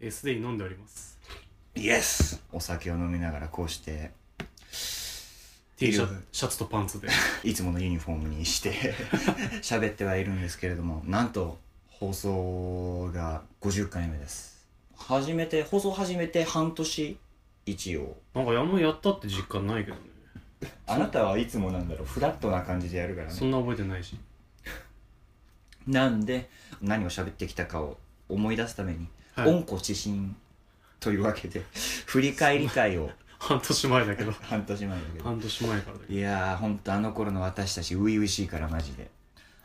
えーすでに飲んでおりますイエスお酒を飲みながらこうして T シャツシャツとパン ツでいつものユニフォームにして 喋ってはいるんですけれどもなんと放送が50回目です初めて放送始めて半年一応なんかあんまやったって実感ないけどねあなたはいつもなんだろうフラットな感じでやるからそねんな覚えてないしなんで何を喋ってきたかを思い出すためにはい温故知新というわけで振り返り会を半年前だけど半年前だけど半年前からだけいやーほんとあの頃の私たち初々しいからマジで、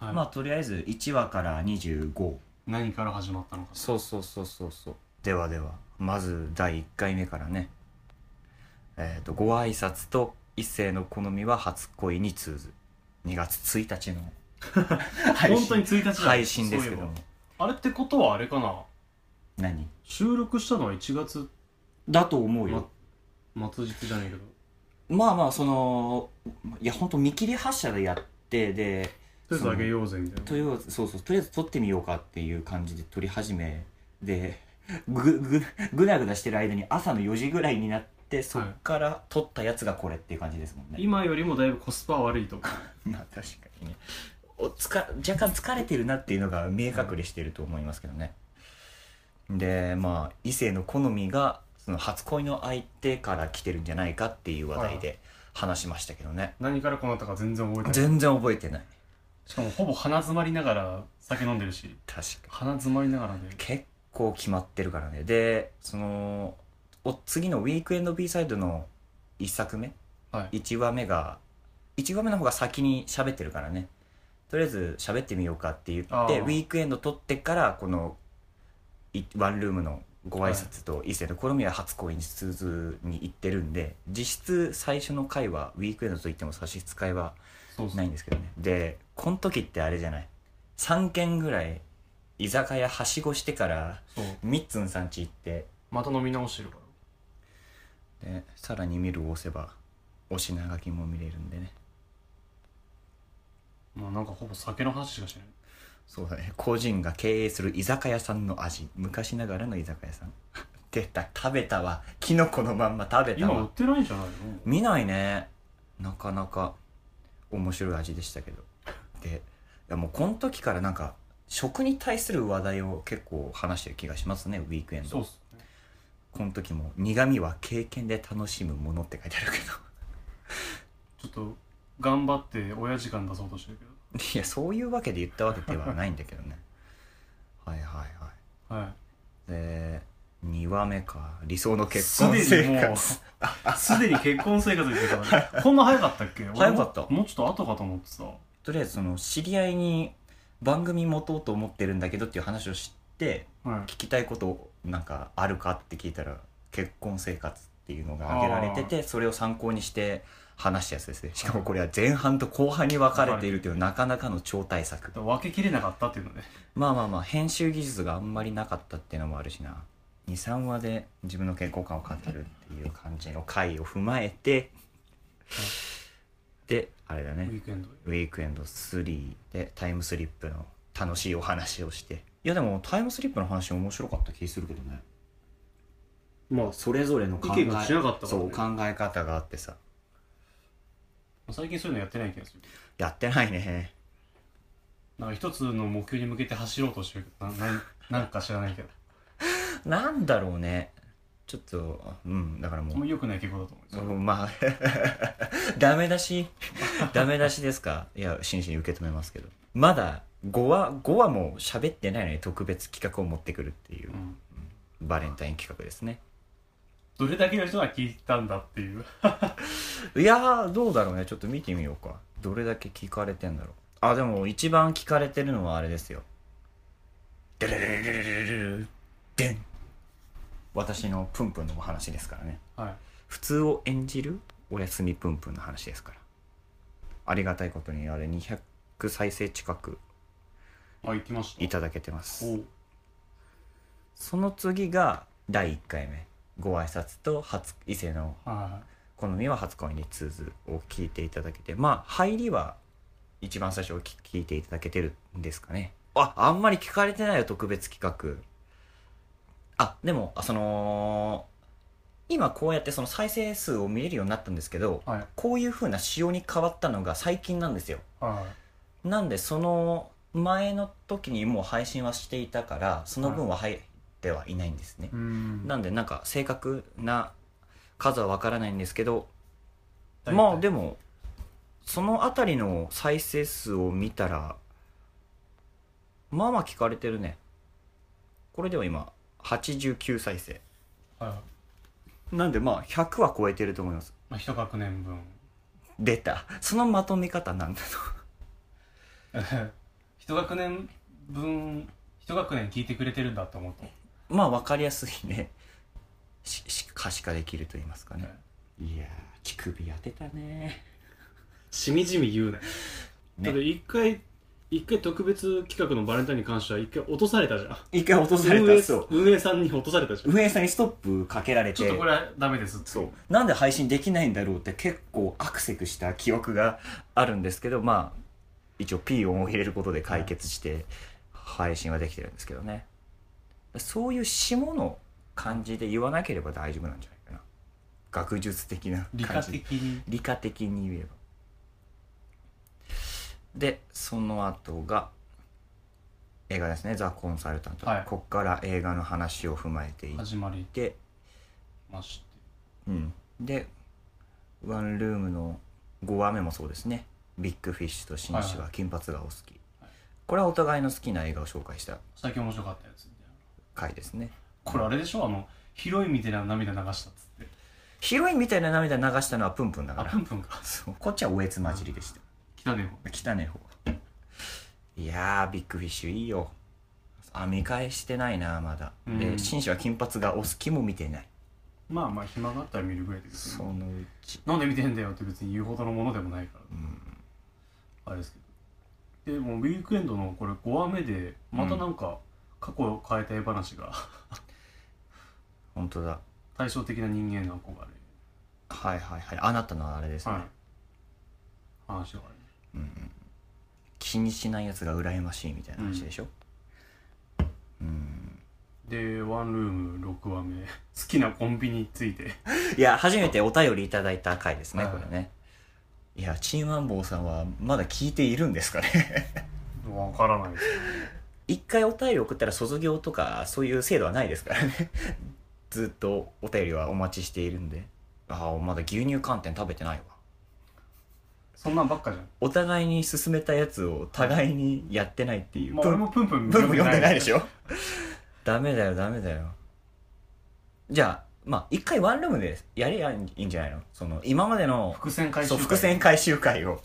ど、はいまあとりあえず1話から25何から始まったのかそうそうそうそうそうではではまず第1回目からねえっ、とご挨拶と一世の好みは初恋に通ず2月1日の 配本当に信1日だ配信ですけどもそういえばあれってことはあれかな何収録したのは1月だと思うまよ末日じゃないけどまあまあそのいや本当見切り発車でやってでとりあえずあげようぜみたいとなりあえずそうそうとりあえず撮ってみようかっていう感じで撮り始めで ぐぐぐだぐだしてる間に朝の4時ぐらいになってそっから撮ったやつがこれっていう感じですもんね、今よりもだいぶコスパは悪いと思う まあ確かにねおつか若干疲れてるなっていうのが見え隠れしてると思いますけどね、でまあ異性の好みがその初恋の相手から来てるんじゃないかっていう話題で話しましたけどね、何からこうなったか全然覚えてない全然覚えてないしかもほぼ鼻詰まりながら酒飲んでるし確かに鼻詰まりながらで結構決まってるからねでそのお次のウィークエンド B サイドの1作目はい1話目が1話目の方が先に喋ってるからねとりあえず喋ってみようかって言あってーウィークエンド撮ってからこのいワンルームのご挨拶と伊勢の好みは初恋に通ずに行ってるんで実質最初の回はウィークエンドといっても差し支えはそうそなういんですけどねでこの時ってあれじゃない3軒ぐらい居酒屋はしごしてからそうみっつんさんち行ってまた飲み直してるかでさらに見るを押せばお品書きも見れるんでねらもうなんかほぼ酒の話しかしないそうだね個人が経営する居酒屋さんの味昔ながらの居酒屋さん 出た食べたわキノコのまんま食べた今売っわてないんじゃないの見ないねなかなか面白い味でしたけどでいやもうこの時からなんか食に対する話題を結構話してる気がしますねウィークエンドそうっすねこの時も「苦味は経験で楽しむもの」って書いてあるけどちょっと頑張って親時間出そうとしてるけいやそういうわけで言ったわけではないんだけどね はいはいはどはいいで2話目か理想の結す婚でに生もう活すでに結婚生活してたからねこんな早かったっけ早かった俺ももうちょっと後かと思ってさとりあえずその知り合いに番組持とうと思ってるんだけどっていう話を知ってはい聞きたいことなんかあるかって聞いたら結婚生活っていうのが挙げられててそれを参考にして話したやつですねしかもこれは前半と後半に分かれているというなかなかの超大作分けきれなかったっていうのねまあまあまあ編集技術があんまりなかったっていうのもあるしな23話で自分の健康感を語るっていう感じの回を踏まえてであれだウねィークエンドウィークエンド3でタイムスリップの楽しいお話をしていやでもタイムスリップの話面白かった気するけどねまあそれぞれの考え意見が違かったからねそう考え方があってさ最近そういうのやってない気がするやってな いねなんか一つの目標に向けて走ろうとしてるけどななんなんか知らないけどなんだろうねちょっとうんだからもうもう良くない傾向だと思ううんまあダメ出しダメ出しですかいや真摯に受け止めますけどまだ5話5話も喋ってないのに特別企画を持ってくるっていううんバレンタイン企画ですねどれだけの人が聞いたんだっていういやーどうだろうねちょっと見てみようかどれだけ聞かれてんだろうあでも一番聞かれてるのはあれですよデレレレレレレレレデン私のプンプンのお話ですからねはい普通を演じるおやすみぷんぷんの話ですからありがたいことにあれ200再生近くあ行きましたいただけてますおうその次が第1回目ご挨拶と初異性のは好みは初恋に通ずを聞いていただけてまあ入りは一番最初を聞聞いていただけてるんですかねああんまり聞かれてないよ特別企画あでもあその今こうやってその再生数を見れるようになったんですけどはいこういう風な仕様に変わったのが最近なんですよはなんでその前の時にもう配信はしていたからその分は入ってはいないんですねいうんなんでなんか正確な数はわからないんですけど大体まあでもそのあたりの再生数を見たらまあまあ聞かれてるねこれでは今89再生はいなんでまあ100は超えてると思いますまあ一学 年分出たそのまとめ方なんだ一学年分一学年聞いてくれてるんだと思ってとまあわかりやすいね しし可視化できると言いますかねいやー乳首当てたねしみじみ言うねねだって一回一回特別企画のバレンタインに関しては一回落とされたじゃん一回落とされ運営たそう運営さんに落とされたじゃん運営さんにストップかけられてちょっとこれはダメですってそうなんで配信できないんだろうって結構アクセクした記憶があるんですけどまあ一応 P 音を入れることで解決して配信はできてるんですけどねそういう下の感じで言わなければ大丈夫なんじゃないかな学術的な理感科じ的に理科的に言えばでその後が映画ですね「ザ・コンサルタント」はいこっから映画の話を踏まえていっ始まりてましてうん、でワンルームの5話目もそうですねビッグフィッシュと紳士は金髪がお好き、これはお互いの好きな映画を紹介した最近面白かったやつみたいな回ですねこれあれでしょあの広いみたいな涙流したっつってヒロインみたいな涙流したのはプンプンだかあらプンプンかそうこっちはおえつ混じりでした汚ねえ汚ねえ方いやービッグフィッシュいいよあ見返してないなまだ、うでん紳士は金髪がお好きも見てない、方まあまあ暇があったら見るぐらいですそのうちなんで見てんだよって別に言うほどのものでもないから、あれですけどでもウィークエンドのこれ5話目でまたなんか過去を変えたい話が 本当だ対照的な人間の憧はいはいはいあなたのあれですれね、はい話があ気にしないやつが羨ましいみたいな話でしょ、るでワンルーム6話目好きなコンビニについていや初めてお便りいただいた回ですねはいこれねいやチンワンボウさんはまだ聞いているんですかねわからないです一回お便り送ったら卒業とかそういう制度はないですからね ずっとお便りはお待ちしているんでああまだ牛乳寒天食べてないわそんなんばっかじゃんお互いに勧めたやつを互いにやってないっていう、まあブ俺ンもプンプンブンブン読んでないでしょょ ダメだよダメだよじゃあまあ一回ワンルームでやれやいいんじゃないのその今までの伏線回収そう会伏線回収会を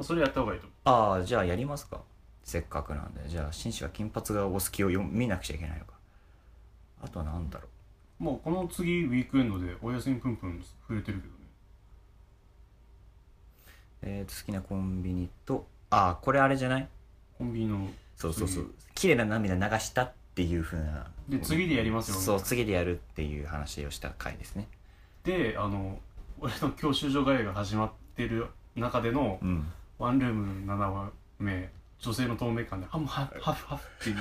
それやった方がいいと思ああじゃあやりますかせっかくなんでじゃあ紳士は金髪がお好きを読み見なくちゃいけないのかあとは何だろうもうこの次ウィークエンドでおやすみプンプン触れてるけどねう、えーと好きなコンビニとああこれあれじゃないコンビニのそうそうそう綺麗な涙流したっていうふうなで次でやりますよそう次でやるっていう話をした回ですねであの俺の教習所外が始まってる中でのうんワンルーム7話目女性の透明感でハムハフハフハフっていう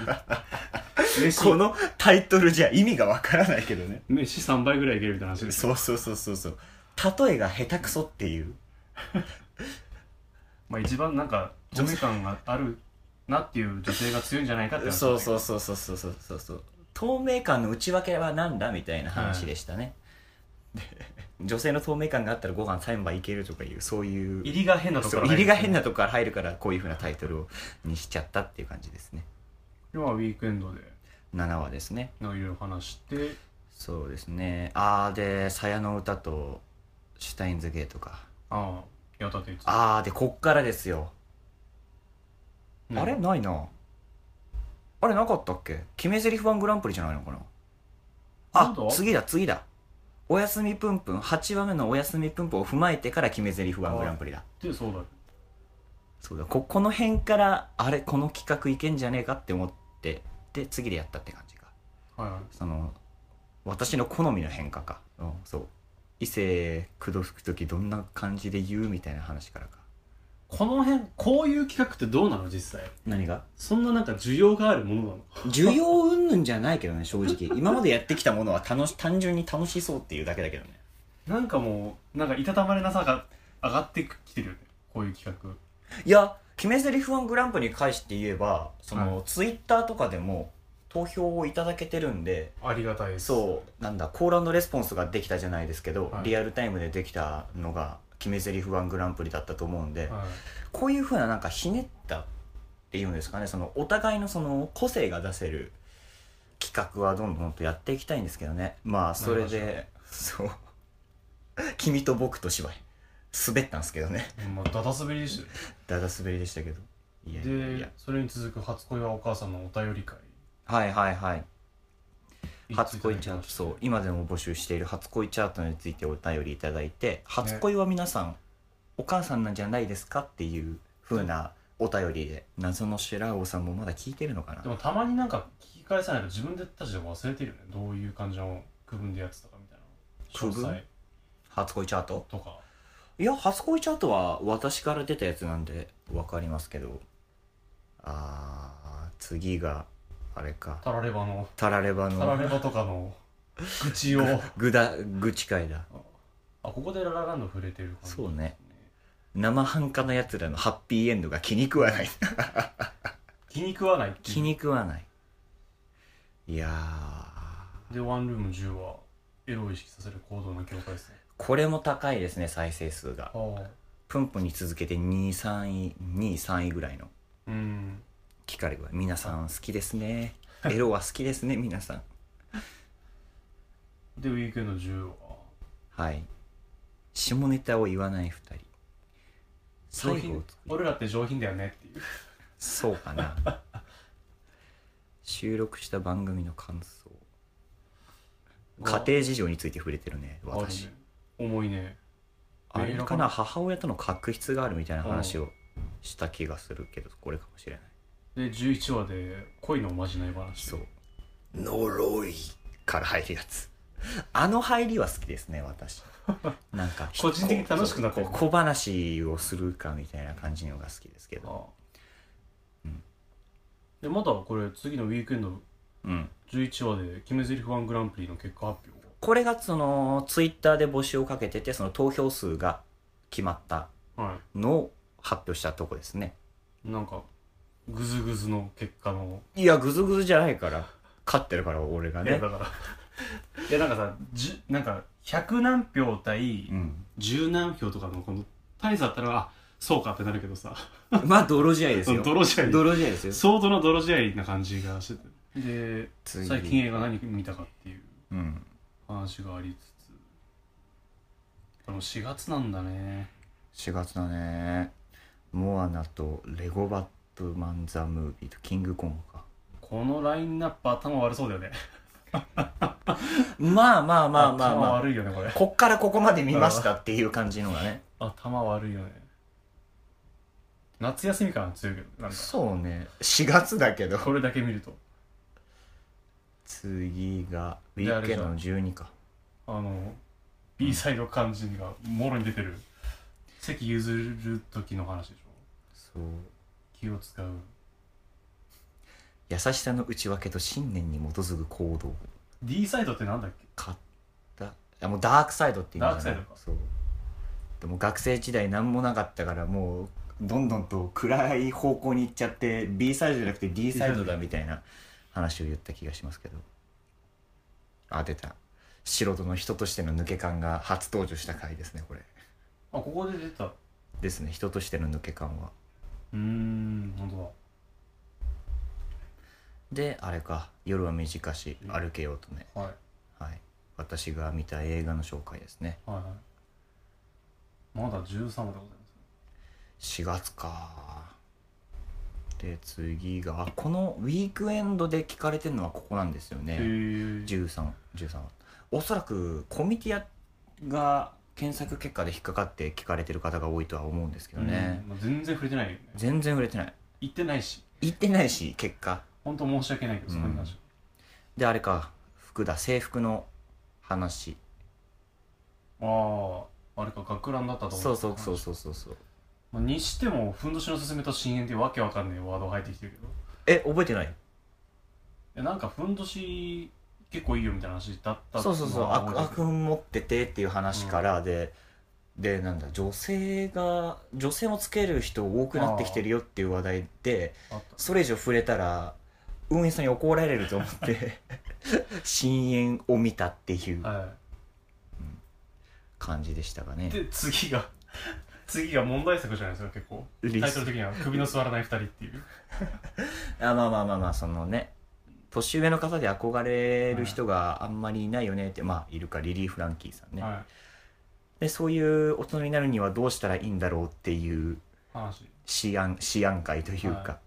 飯このタイトルじゃ意味がわからないけどね飯3倍ぐらいいけるみたいな話ですそうそうそうそうそう例えが下手くそっていうまあ一番なんか透明感があるなっていう女性が強いんじゃないかって話そうそうそうそうそうそうそうそう透明感の内訳はなんだみたいな話でしたね、で女性の透明感があったらご飯3杯いけるとかいうそういう入りが変なとこそろう入りが変なとこから入るからこういうふうなタイトルをにしちゃったっていう感じですね今はウィークエンドで7話ですねなんかいろいろ話してそうですねあーで「さやの歌」と「シュタインズゲート」かああやったって言ってたあーでこっからですよあれないなあれなかったっけ決め台詞ファングランプリじゃないのかななんあだ次だ次だおやすみぷんぷん8話目のおやすみぷんぷんを踏まえてから決め台詞ファングランプリだでそうだそうだここの辺からあれこの企画いけんじゃねえかって思ってで次でやったって感じかはいはいその私の好みの変化か、うん、そう異性口説く時どんな感じで言うみたいな話からかこの辺こういう企画ってどうなの実際何がそんななんか需要があるものなの需要云々じゃないけどね正 直今までやってきたものは楽し単純に楽しそうっていうだけだけどねなんかもうなんかいたたまれなさが上がってきてるよねこういう企画いや決め台詞1グランプリに関して言えばその、はツイッターとかでも投票をいただけてるんでありがたいですそうなんだコールレスポンスができたじゃないですけど、はいリアルタイムでできたのが決め台詞1グランプリだったと思うんで、はいこういうふうななんかひねったっていうんですかねそのお互いのその個性が出せる企画はどんどんとやっていきたいんですけどねまあそれなでそう「君と僕と芝居」滑ったんですけどねまあ、ダダ滑りでしたよだだ滑りでしたけどいやいやいやでそれに続く初恋はお母さんのお便り会はいはいはい初恋チちャゃーんトそう今でも募集している初恋チャートについてお便りいただいて初恋は皆さん、お母さんなんじゃないですかっていうふうなお便りで謎の白尾さんもまだ聞いてるのかなでもたまになんか聞き返さないと自分たちでも忘れてるよねどういう感じの区分でやってたかみたいな区分詳細初恋チャートとかいや初恋チャートは私から出たやつなんで分かりますけどあー次があれかタラレバのタラレバタラのレバとかの愚痴をあぐだ愚痴会だここでララランド触れてる感じそうね生半可なやつらのハッピーエンドが気に食わない気に食わないっていう 気に食わないいやでワンルーム10はエロを意識させる行動の境界ですねーこれも高いですね再生数がああプンプンに続けて23位23位ぐらいのうん聞かれ具合皆さん好きですねエロは好きですね皆さんでウィークエンド10ははい下ネタを言わない2人上最後品俺らって上品だよねっていうそう かな収録した番組の感想家庭事情について触れてるねあるね私重いねあれメールかかなな母親との確執があるみたいな話をした気がするけどこれかもしれないで11話で恋のおまじない話そう呪いから入るやつあの入りは好きですね 私なんか個人的に楽しくなってこるう小話をするかみたいな感じのが好きですけどああでまだこれ次のウィークエンドうん11話で決め台詞1グランプリの結果発表これがそのツイッターで募集をかけててその投票数が決まったがはのを発表したとこですねいなんかグズグズの結果のいやグズグズじゃないから勝ってるから俺がいやねだから いやなんかさじゅなんか100何票対うん10何票とかのこの大差だったらあそうかってなるけどさまあ泥試合ですそのよ泥試合泥試合ですよ相当な泥試合な感じがしててで次最近映画何見たかっていううん話がありつつでも4月なんだね4月だねモアナとレゴバットマン・ザ・ムービーとキングコングかこのラインナップ頭悪そうだよねまあまあまあまあ頭まあ悪いよねこれこっからここまで見ましたっていう感じのがね頭悪いよね夏休み感は強いけどなんかそうね4月だけどこれだけ見ると次がウィであーれクじエゃンドんの12かあの B サイド感じがもろに出てる席譲る時の話でしょそう気を使う優しさの内訳と信念に基づく行動 D サイドってなんだっけ買ったいやもうダークサイドっていうんじゃないダークサイドかそうでも学生時代何もなかったからもうどんどんと暗い方向に行っちゃって B サイドじゃなくて D サイドだみたいな話を言った気がしますけどあ出た素人の人としての抜け感が初登場した回ですねこれあここで出てたうですね人としての抜け感はーん本当だであれか夜は短し歩けようとね、はいはい私が見た映画の紹介ですねはいはいまだ13話でございます4月かで次があこのウィークエンドで聞かれてるのはここなんですよへねえ1313おそらくコミティアが検索結果で引っかかって聞かれてる方が多いとは思うんですけどね、まあ、全然触れてないよね全然売れてない行ってないし行ってないし結果本当申し訳ないけど、そこに関してはであれか服だ制服の話あああれか学ランだったと思そうそうそうそうそうそうまあにしてもふんどしの勧めと深淵ってわけわかんねえワード入ってきてるけどえ覚えてないえなんかふんどし結構いいよみたいな話だったそうそうそうのは悪覚え悪てる運持っててっていう話からで、でなんだ女性が女性もつける人多くなってきてるよっていう話題であっそれ以上触れたら運営さんに怒られると思って深淵を見たっていうたは感じでしたかいねで次が 次が問題作じゃないですか結構リタイトスル的には首の座らない二人っていうあまあまあまあまあそのね年上の方で憧れる人があんまりいないよねって、まあいるかリリー・フランキーさんね、はいでそういう大人になるにはどうしたらいいんだろうっていう話試案試案会というか、はい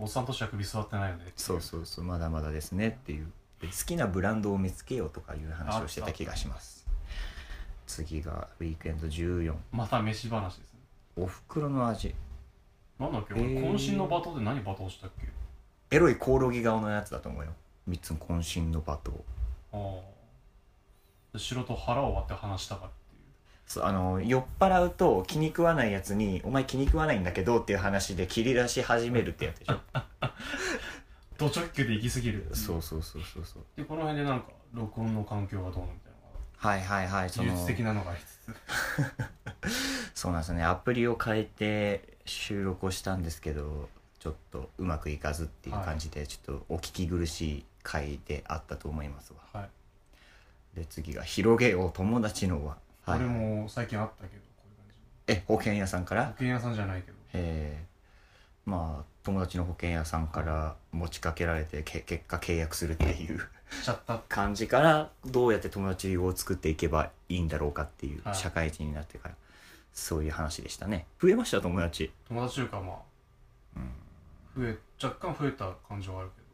おっさんとしては首座ってないよねっていそうそうそうまだまだですねっていうで好きなブランドを見つけようとかいう話をしてた気がします次がウィークエンド14また飯話ですねおふくろの味なんだっけへ俺ー渾身の罵倒って何罵倒したっけエロいコオロギ顔のやつだと思うよ三つの渾身の罵倒ああ城と腹を割って話したからっていうそうあの酔っ払うと気に食わないやつに「お前気に食わないんだけど」っていう話で切り出し始めるってやつでしょド直球で行き過ぎるそうそうそうそうそうでこの辺でなんか録音の環境がどうのみたいはいはいはいそな技の術的なのがありつつそうなんですよねアプリを変えて収録をしたんですけどちょっとうまくいかずっていう感じで、ちょっとお聞き苦しい回であったと思いますわはいで次が「広げよう友達の輪」は俺い、も最近あったけどこういう感じえ保険屋さんから、保険屋さんじゃないけどえーまあ友達の保険屋さんから持ちかけられてけ結果契約するっていうしちゃった感じからどうやって友達を作っていけばいいんだろうかっていう、はい社会人になってからそういう話でしたね増えました友達友達というかまあ増え若干増えた感じはあるけど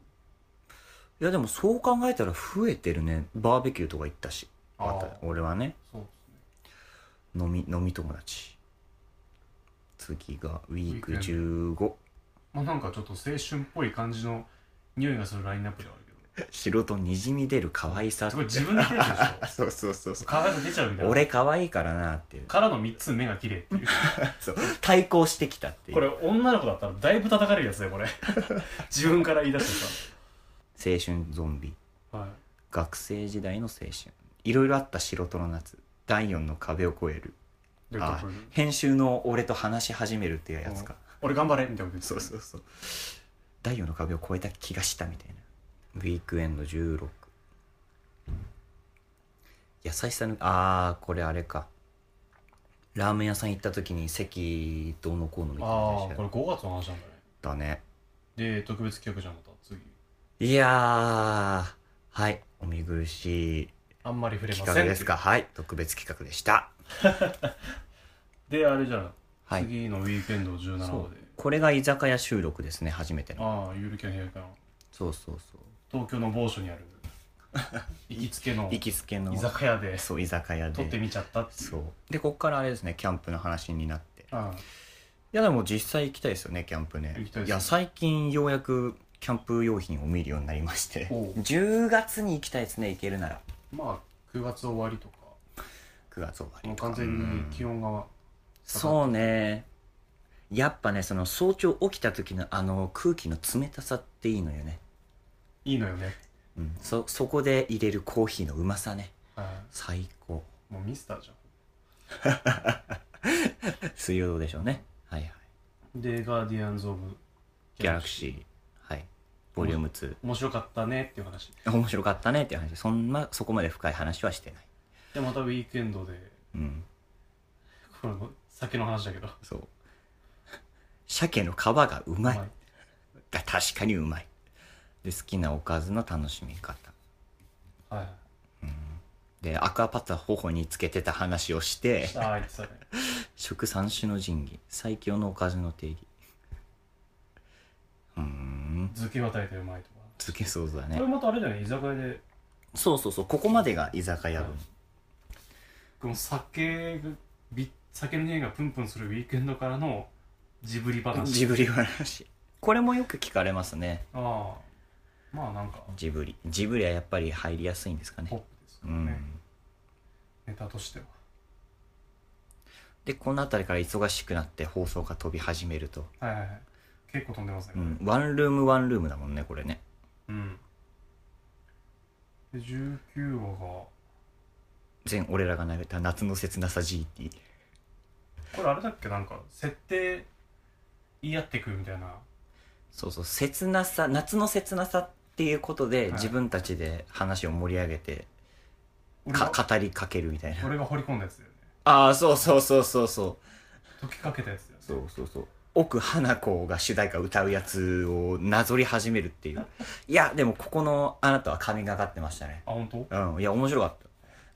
いやでもそう考えたら増えてるねバーベキューとか行ったしあまあた俺はねそうで飲み飲み友達次がウィークウィークエ15すねまあなんかちょっと青春っぽい感じの匂いがするラインナップではあるけど白とにじみ出る可愛さすごい自分で切れてるであ しそうそうそうそょ体出ちゃうみたういな俺可愛いからなっていうからの3つ目が綺麗っていうそう対抗してきたってい うこれ青女の子だったらだいぶ叩かれるやつだよ これ自分から言い出して春ゾンビさはい学生時代の青春いろいろあった白との夏第4の壁を越えるであ編集の俺と話し始めるっていうやつか俺頑張れみたいなこと言って そうそうそう第4の壁を越えた気がしたみたいなウィークエンド16優しさのああこれあれかラーメン屋さん行った時に席どうのこうのみたいなあ話あやこれ5月の話なんだねだねで特別企画じゃんまた次いやーはいお見苦しいあんまり触れません企画ですかはい特別企画でしたであれじゃん、はい次のウィークエンド17そ号うでこれが居酒屋収録ですね初めてのああゆるキャン部屋かなそうそうそう東京の某所に ある行きつけの行きつけの居酒屋でそう居酒屋撮ってでみちゃったっていうそうでこっからあれですねキャンプの話になってああいやでも実際行きたいですよねキャンプね行きたいですねや最近ようやくキャンプ用品を見るようになりましておう10月に行きたいですね行けるならまあ9月終わりとか9月終わりもうとか完全にうん気温がそうねやっぱねその早朝起きた時のあの空気の冷たさっていいのよね、いいのよね、うん、そそこで入れるコーヒーのうまさねは最高い、もうミスターじ水曜どうでしょうねはいはいゃんでガーディアンズ・オブ・ギャラクシーはいボリューム2面白かったねっていう話面白かったねっていう話そんなそこまで深い話はしてないでまたウィークエンドでうんこれも酒の話だけどそう鮭の皮がうまいまあが確かにうまいで好きなおかずの楽しみ方はいでアクアパッツァ頬につけてた話をしてああ言ってたね食三種の神器最強のおかずの定義うーん漬け渡りでうまいとか漬けそうだこねれまたあれだよね居酒屋でそうそうそうここまでが居酒屋分、はいこの酒がび酒の匂いがプンプンするウィークエンドからのジブリ話ジブリ話これもよく聞かれますねああまあなんかジブリジブリはやっぱり入りやすいんですかねポップですかうらねんネタとしてはでこの辺りから忙しくなって放送が飛び始めると、はいはいはい結構飛んでますねうこれん、ワンルームワンルームだもんねこれねうん、で19話がこ全俺らが投げた夏の切なさ GT れあれだっけなんか設定言い合っていくみたいなそうそう切なさ夏の切なさっていうことで、い自分たちで話を盛り上げて俺かが語りかけるみたいな俺が掘り込んだやつだよねああそうそうそうそうそう解きかけたやつだよねそうそうそう奥花子が主題歌歌うやつをなぞり始めるっていういやでもここのあなたは神がかってましたねあ本当うんいや面白かった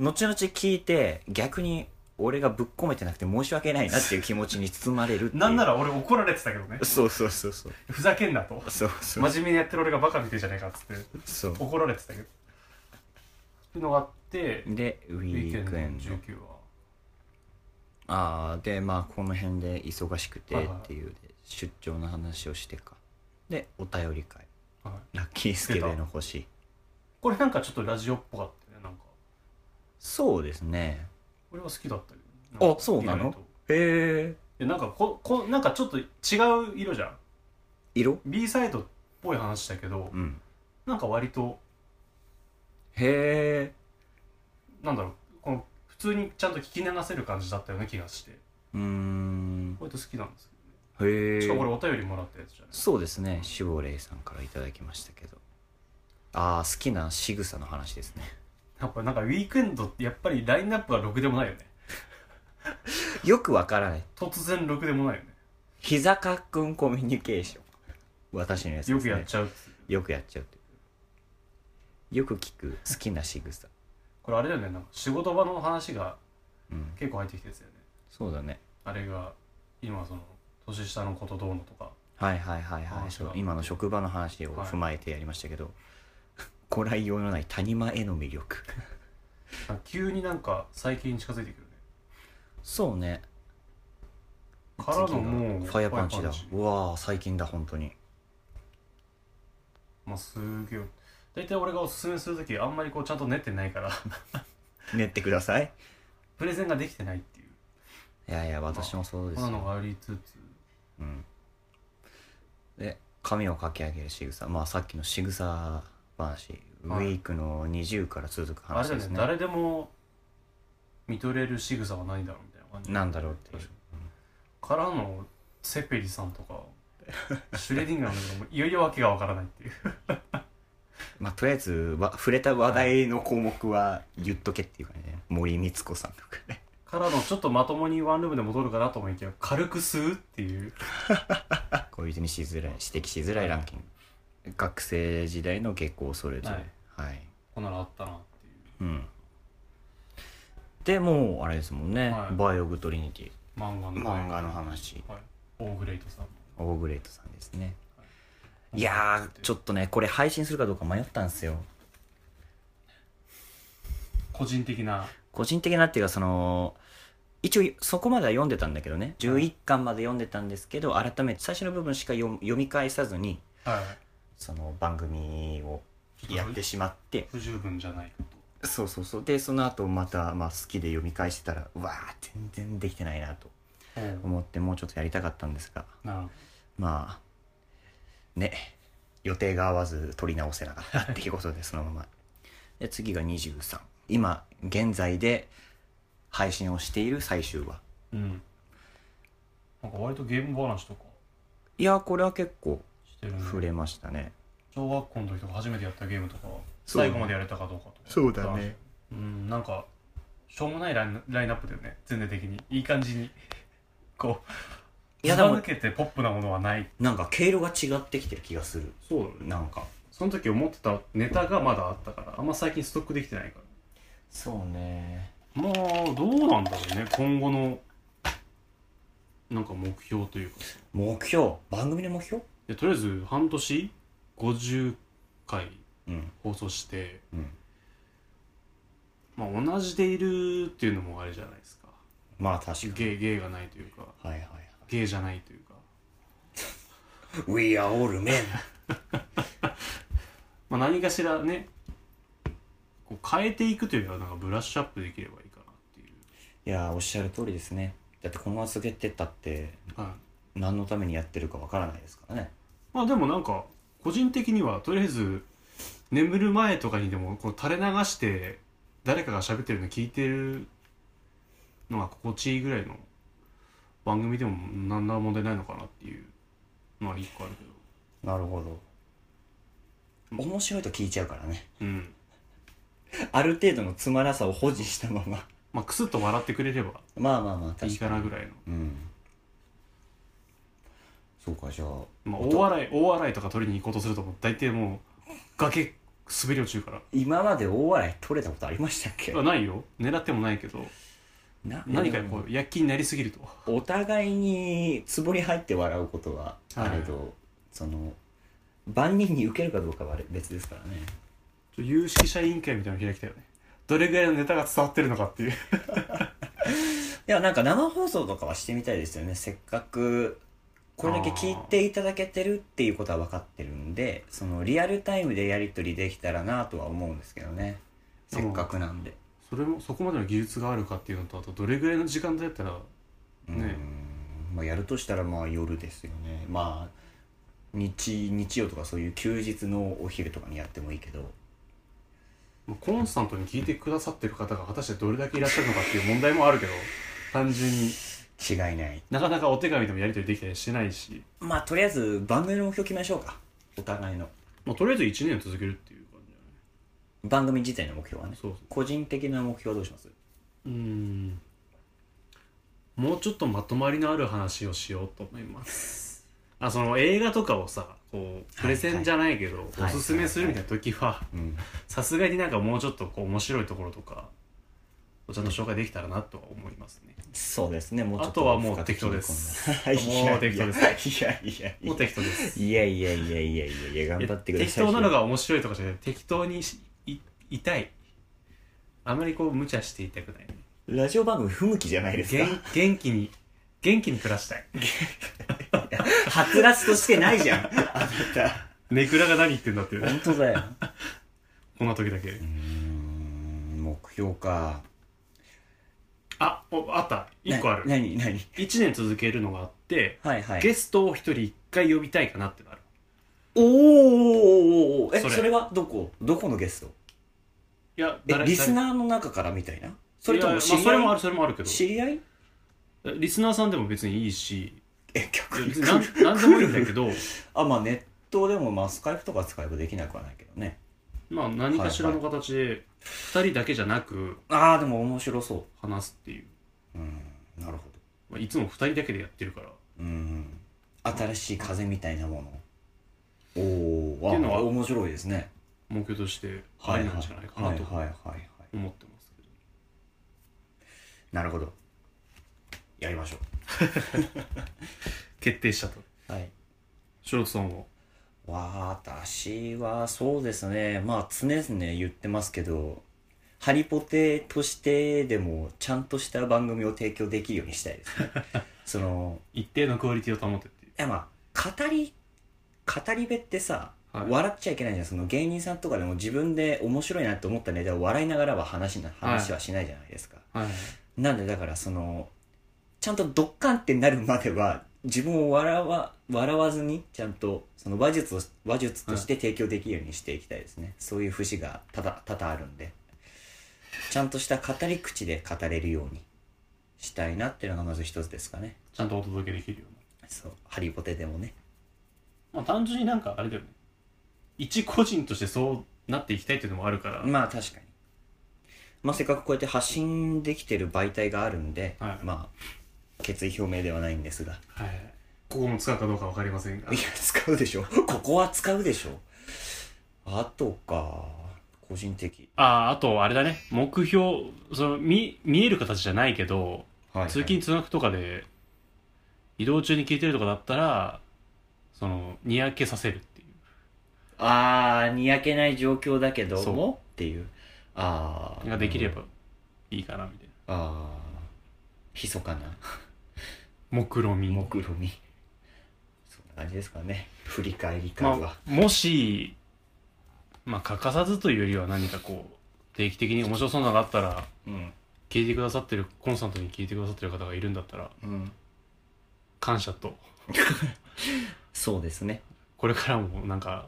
後々聞いて逆に俺がぶっ込めてなくて申し訳ないなっていう気持ちに包まれるっていう なんなら俺怒られてたけどねそうそうそうそうふざけんなとそうそう真面目にやってる俺がバカみてえじゃねえかっつってそう 怒られてたけどっていうのがあってでウウィーィーククエエンンドド19話ああでまあこの辺で忙しくてはいはいっていうで出張の話をしてかでお便り会はいラッキースケベの星これなんかちょっとラジオっぽかったよねなんかそうですね俺は好きだったけどねあそうな意の外とへえでなんかここなんかちょっと違う色じゃん色 B サイドっぽい話だけどうんなんか割とへえなんだろうこの普通にちゃんと聞き流せる感じだったような気がしてうーん割と好きなんですけどねへえしかも俺お便りもらったやつじゃないそうですね志望霊さんからいただきましたけどああ好きな仕草の話ですねやっぱなんかウィークエンドってやっぱりラインナップがろくでもないよねよくわからない突然ろくでもないよねひざかっくんコミュニケーション私のやつです、ね、よくやっちゃうっつうよくやっちゃうっていうよく聞く好きな仕草これあれだよねなんか仕事場の話がうん結構入ってきてるやつだよねそうだねあれが今その年下のことどうのとかはいはいはいはあいそうそう今の職場の話を踏まえてやりましたけど、古来用のない谷間への魅力なんか急になんか最近近づいてくるねそうねから次のがもうファイヤーパンチだファイヤーパンチうわあ最近だ本当にまあすげえ大体俺がおすすめするときあんまりこうちゃんと練ってないから練ってくださいプレゼンができてないっていういやいや私もそうですこんよなのがありつつうん、で髪をかき上げる仕草まあさっきの仕草話、はいウィークの20から続くあれ話だでよすねね誰でも見とれる仕草は何だろうみたいな感じなんだろうっていうからのセペリさんとか シュレディンガーのもういよいよわけがわからないっていうまあとりあえずわ触れた話題の項目は言っとけっていうかね森光子さんとか ねからのちょっとまともにワンルームで戻るかなと思いきや軽く吸うっていうこういうふうにしづらい指摘しづらいランキング、学生時代の下校それぞれはいはい、こんなのあったなっていううんでもうあれですもんね「はいバイオグトリニティ漫画」の漫画の話はい、オーグレイトさんオーグレイトさんですねもいやーちょっとねこれ配信するかどうか迷ったんですよ個人的な個人的なっていうかその一応そこまでは読んでたんだけどね11巻まで読んでたんですけど改めて最初の部分しか読読み返さずにはいその番組をやってしまって不十分じゃないかとそうそうそうでその後また、まあ、好きで読み返してたらうわー全然できてないなと思ってもうちょっとやりたかったんですがなるほまあね予定が合わず取り直せなかったっていうことでそのま まで次が23今現在で配信をしている最終話どうんなんか割とゲーム話とかいやこれは結構してるね触れましたね、小学校の時とか初めてやったゲームとかそうだね最後までやれたかどうかとかそうだねうんなんかしょうもないラインラインナップだよね全体的にいい感じに こういやずでもば抜けてポップなものはないなんか毛色が違ってきてる気がするそうだなんかその時思ってたネタがまだあったからあんま最近ストックできてないからそうねまあどうなんだろうね今後のなんか目標というか目標番組の目標でとりあえず半年50回うん放送して、うんまあ、同じでいるっていうのもあれじゃないですかまあ確かに芸芸がないというかはいはいはい芸じゃないというか、 We are all men まあ、何かしらねこう変えていくというよりはなんかブラッシュアップできればいいかないやーおっしゃる通りですねだってこのまま続けてったってはい、何のためにやってるかわからないですからねまあでもなんか個人的にはとりあえず眠る前とかにでもこう垂れ流して誰かが喋ってるの聞いてるのが心地いいぐらいの番組でも何ら問題ないのかなっていうのは一個あるけどなるほど面白いと聞いちゃうからね うんある程度のつまらさを保持したま ままあクスッと笑ってくれればまあまあまあ確かにいいかなぐらいの、うんそうかじゃあ、まあ、音大笑い大笑いとか取りに行こうとするともう大体もう崖滑り落ちるから今まで大笑い取れたことありましたっけあないよ狙ってもないけどな何かこう躍起になりすぎるとお互いにつぼに入って笑うことはあれど、その万人に受けるかどうかは別ですからねちょ有識者委員会みたいなの開きたいよねどれぐらいのネタが伝わってるのかっていう いやなんか生放送とかはしてみたいですよねせっかくこれだけ聞いていただけてるっていうことは分かってるんでそのリアルタイムでやり取りできたらなとは思うんですけどねせっかくなんで、それもそこまでの技術があるかっていうのとあとどれぐらいの時間だったらううんんまあ、やるとしたらまあ夜ですよねまあ日日曜とかそういう休日のお昼とかにやってもいいけどもうコンスタントに聞いてくださってる方が果たしてどれだけいらっしゃるのかっていう問題もあるけど単純に違いないなかなかお手紙でもやり取りできたりしてないし、まあとりあえず番組の目標決めましょうかお互いのまあ、とりあえず1年続けるっていう感じだ番組自体の目標はねねそうそう個人的な目標はどうしますうーんもうちょっとまとまりのある話をしようと思います あその映画とかをさこうプレゼンじゃないけど、はいおすすめするみたいな時はうんさすがになんかもうちょっとこう面白いところとかちゃんと紹介できたらなとは思いますね、そうですねもうちょっとあとはもう適当です深く切り込んだもう適当いやいやいもうや適当です いやいやいやいやいやいや頑張ってください適当なのが面白いとかじゃなくて適当にしいいたいあまりこう無茶していたくないねラジオ番組不向きじゃないですか元元気に元気に暮ら したいはつらつとしてないじゃんあなたネクラが何言ってんだっていうね 本当だよこんな時だけうーん目標かあおあった1個あるな何何1年続けるのがあって、はいはいゲストを1人1回呼びたいかなってなるおーおーおーおーえそそれれはどこどこのゲストいやえリスーナーの中からみたいなそれとも知まあ、りそれもあ合るそれもあるけい知どり合いリスナーさんでも別にいい しえ逆に別に何何でもいいんだけ ど あまあネットでもまあスカイプとか使えばできなくはないけどねまあ何かしらの形で2人だけじゃなくああでも面白そ話すっていう、ううんなるほまあ、いつも2人だけでやってるからどうん新しい風みたいなものおおっていうのは面白いですね目標としてありなんじゃないかなとはいはいはいはいはい思ってますけどなるほどやりましょ決定したとうはいシロトさんは私はそうですねまあ常々言ってますけどハリポテとしてでもちゃんとした番組を提供できるようにしたいです ねその一定のクオリティを保てっていういやまあ語り語り部ってさ、はい笑っちゃいけないじゃんその芸人さんとかでも自分で面白いなって思ったネタを笑いながらは話な話はしないじゃないですか、はいなんでだからそのちゃんとドッカンってなるまでは自分を笑わ笑わずにちゃんとその話術を話術として提供できるようにしていきたいですね、そういう節が多々多々あるんでちゃんとした語り口で語れるようにしたいなっていうのがまず一つですかねちゃんとお届けできるようなそうハリボテでもねまあ、単純になんかあれだよね一個人としてそうなっていきたいっていうのもあるから、まあ確かに、まあ、せっかくこうやって発信できてる媒体があるんで、はいまあ決意表明ではないんですがはい、ここも使うかどうか分かりませんがいや使うで しょここは使うでしょあとか個人的、あああとあれだね目標その見見える形じゃないけど、はいはい通勤通学とかで移動中に聞いてるとかだったらそのにやけさせるっていうああにやけない状況だけどそうもっていうああができればいいかなみたいなああ密かな目論見み目論みそんな感じですかね振り返り会は、まあ、もし、まあ、欠かさずというよりは何かこう定期的に面白そうなのがあったらうん聞いてくださってるコンスタントに聞いてくださってる方がいるんだったらうん、感謝とそうですねこれからもなんか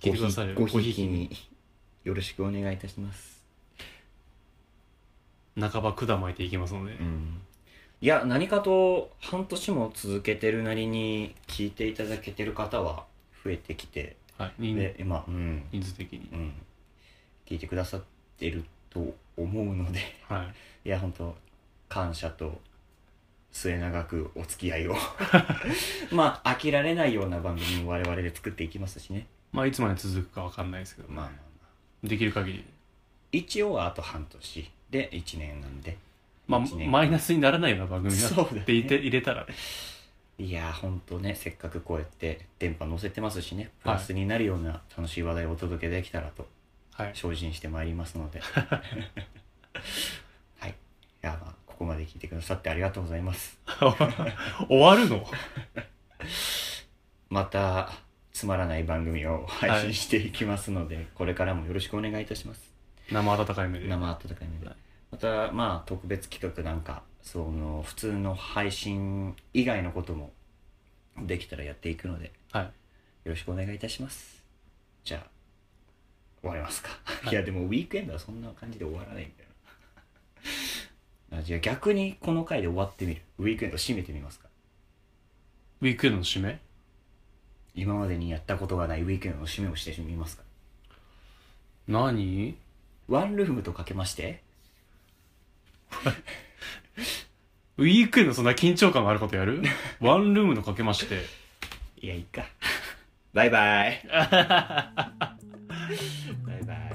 聞いてくださるごひごひいききによろしくお願いいたします、半ば管巻いていきますので、うん、いや何かと半年も続けてるなりに聞いていただけてる方は増えてきてはい、人で今うん、人数的にう、ん、聞いてくださってると思うので はい、いや本当感謝と末永くお付 き合いをまあ飽きられないような番組も我々で作っていきますしねまあいつまで続くかわかんないですけど、まあまあまあできる限り一応はあと半年で1年なんでまあ一年マイナスにならないような番組になそうだねっていて入れたらいやーほんとねせっかくこうやって電波載せてますしねプラスになるような楽しい話題をお届けできたらと はい精進してまいりますの ではいいやまあここまで聞いてくださってありがとうございます終わるのまたつまらない番組を配信していきますので、これからもよろしくお願いいたします 生温かい目で生温かい目で、はいまたまあ特別企画なんかその普通の配信以外のこともできたらやっていくのでよはいろしくお願いいたしますじゃあ終わりますか、い、やでもウィークエンドはそんな感じで終わらないんだよな あじゃあ逆にこの回で終わってみるウィークエンド締めてみますかウィークエンドの締め今までにやったことがないウィークエンドの締めをしてみますか何ワンルームとかけまして、ウィークエンドそんな緊張感があることや るワンルームのかけましていや、いいか。バイバイ。バイバイ。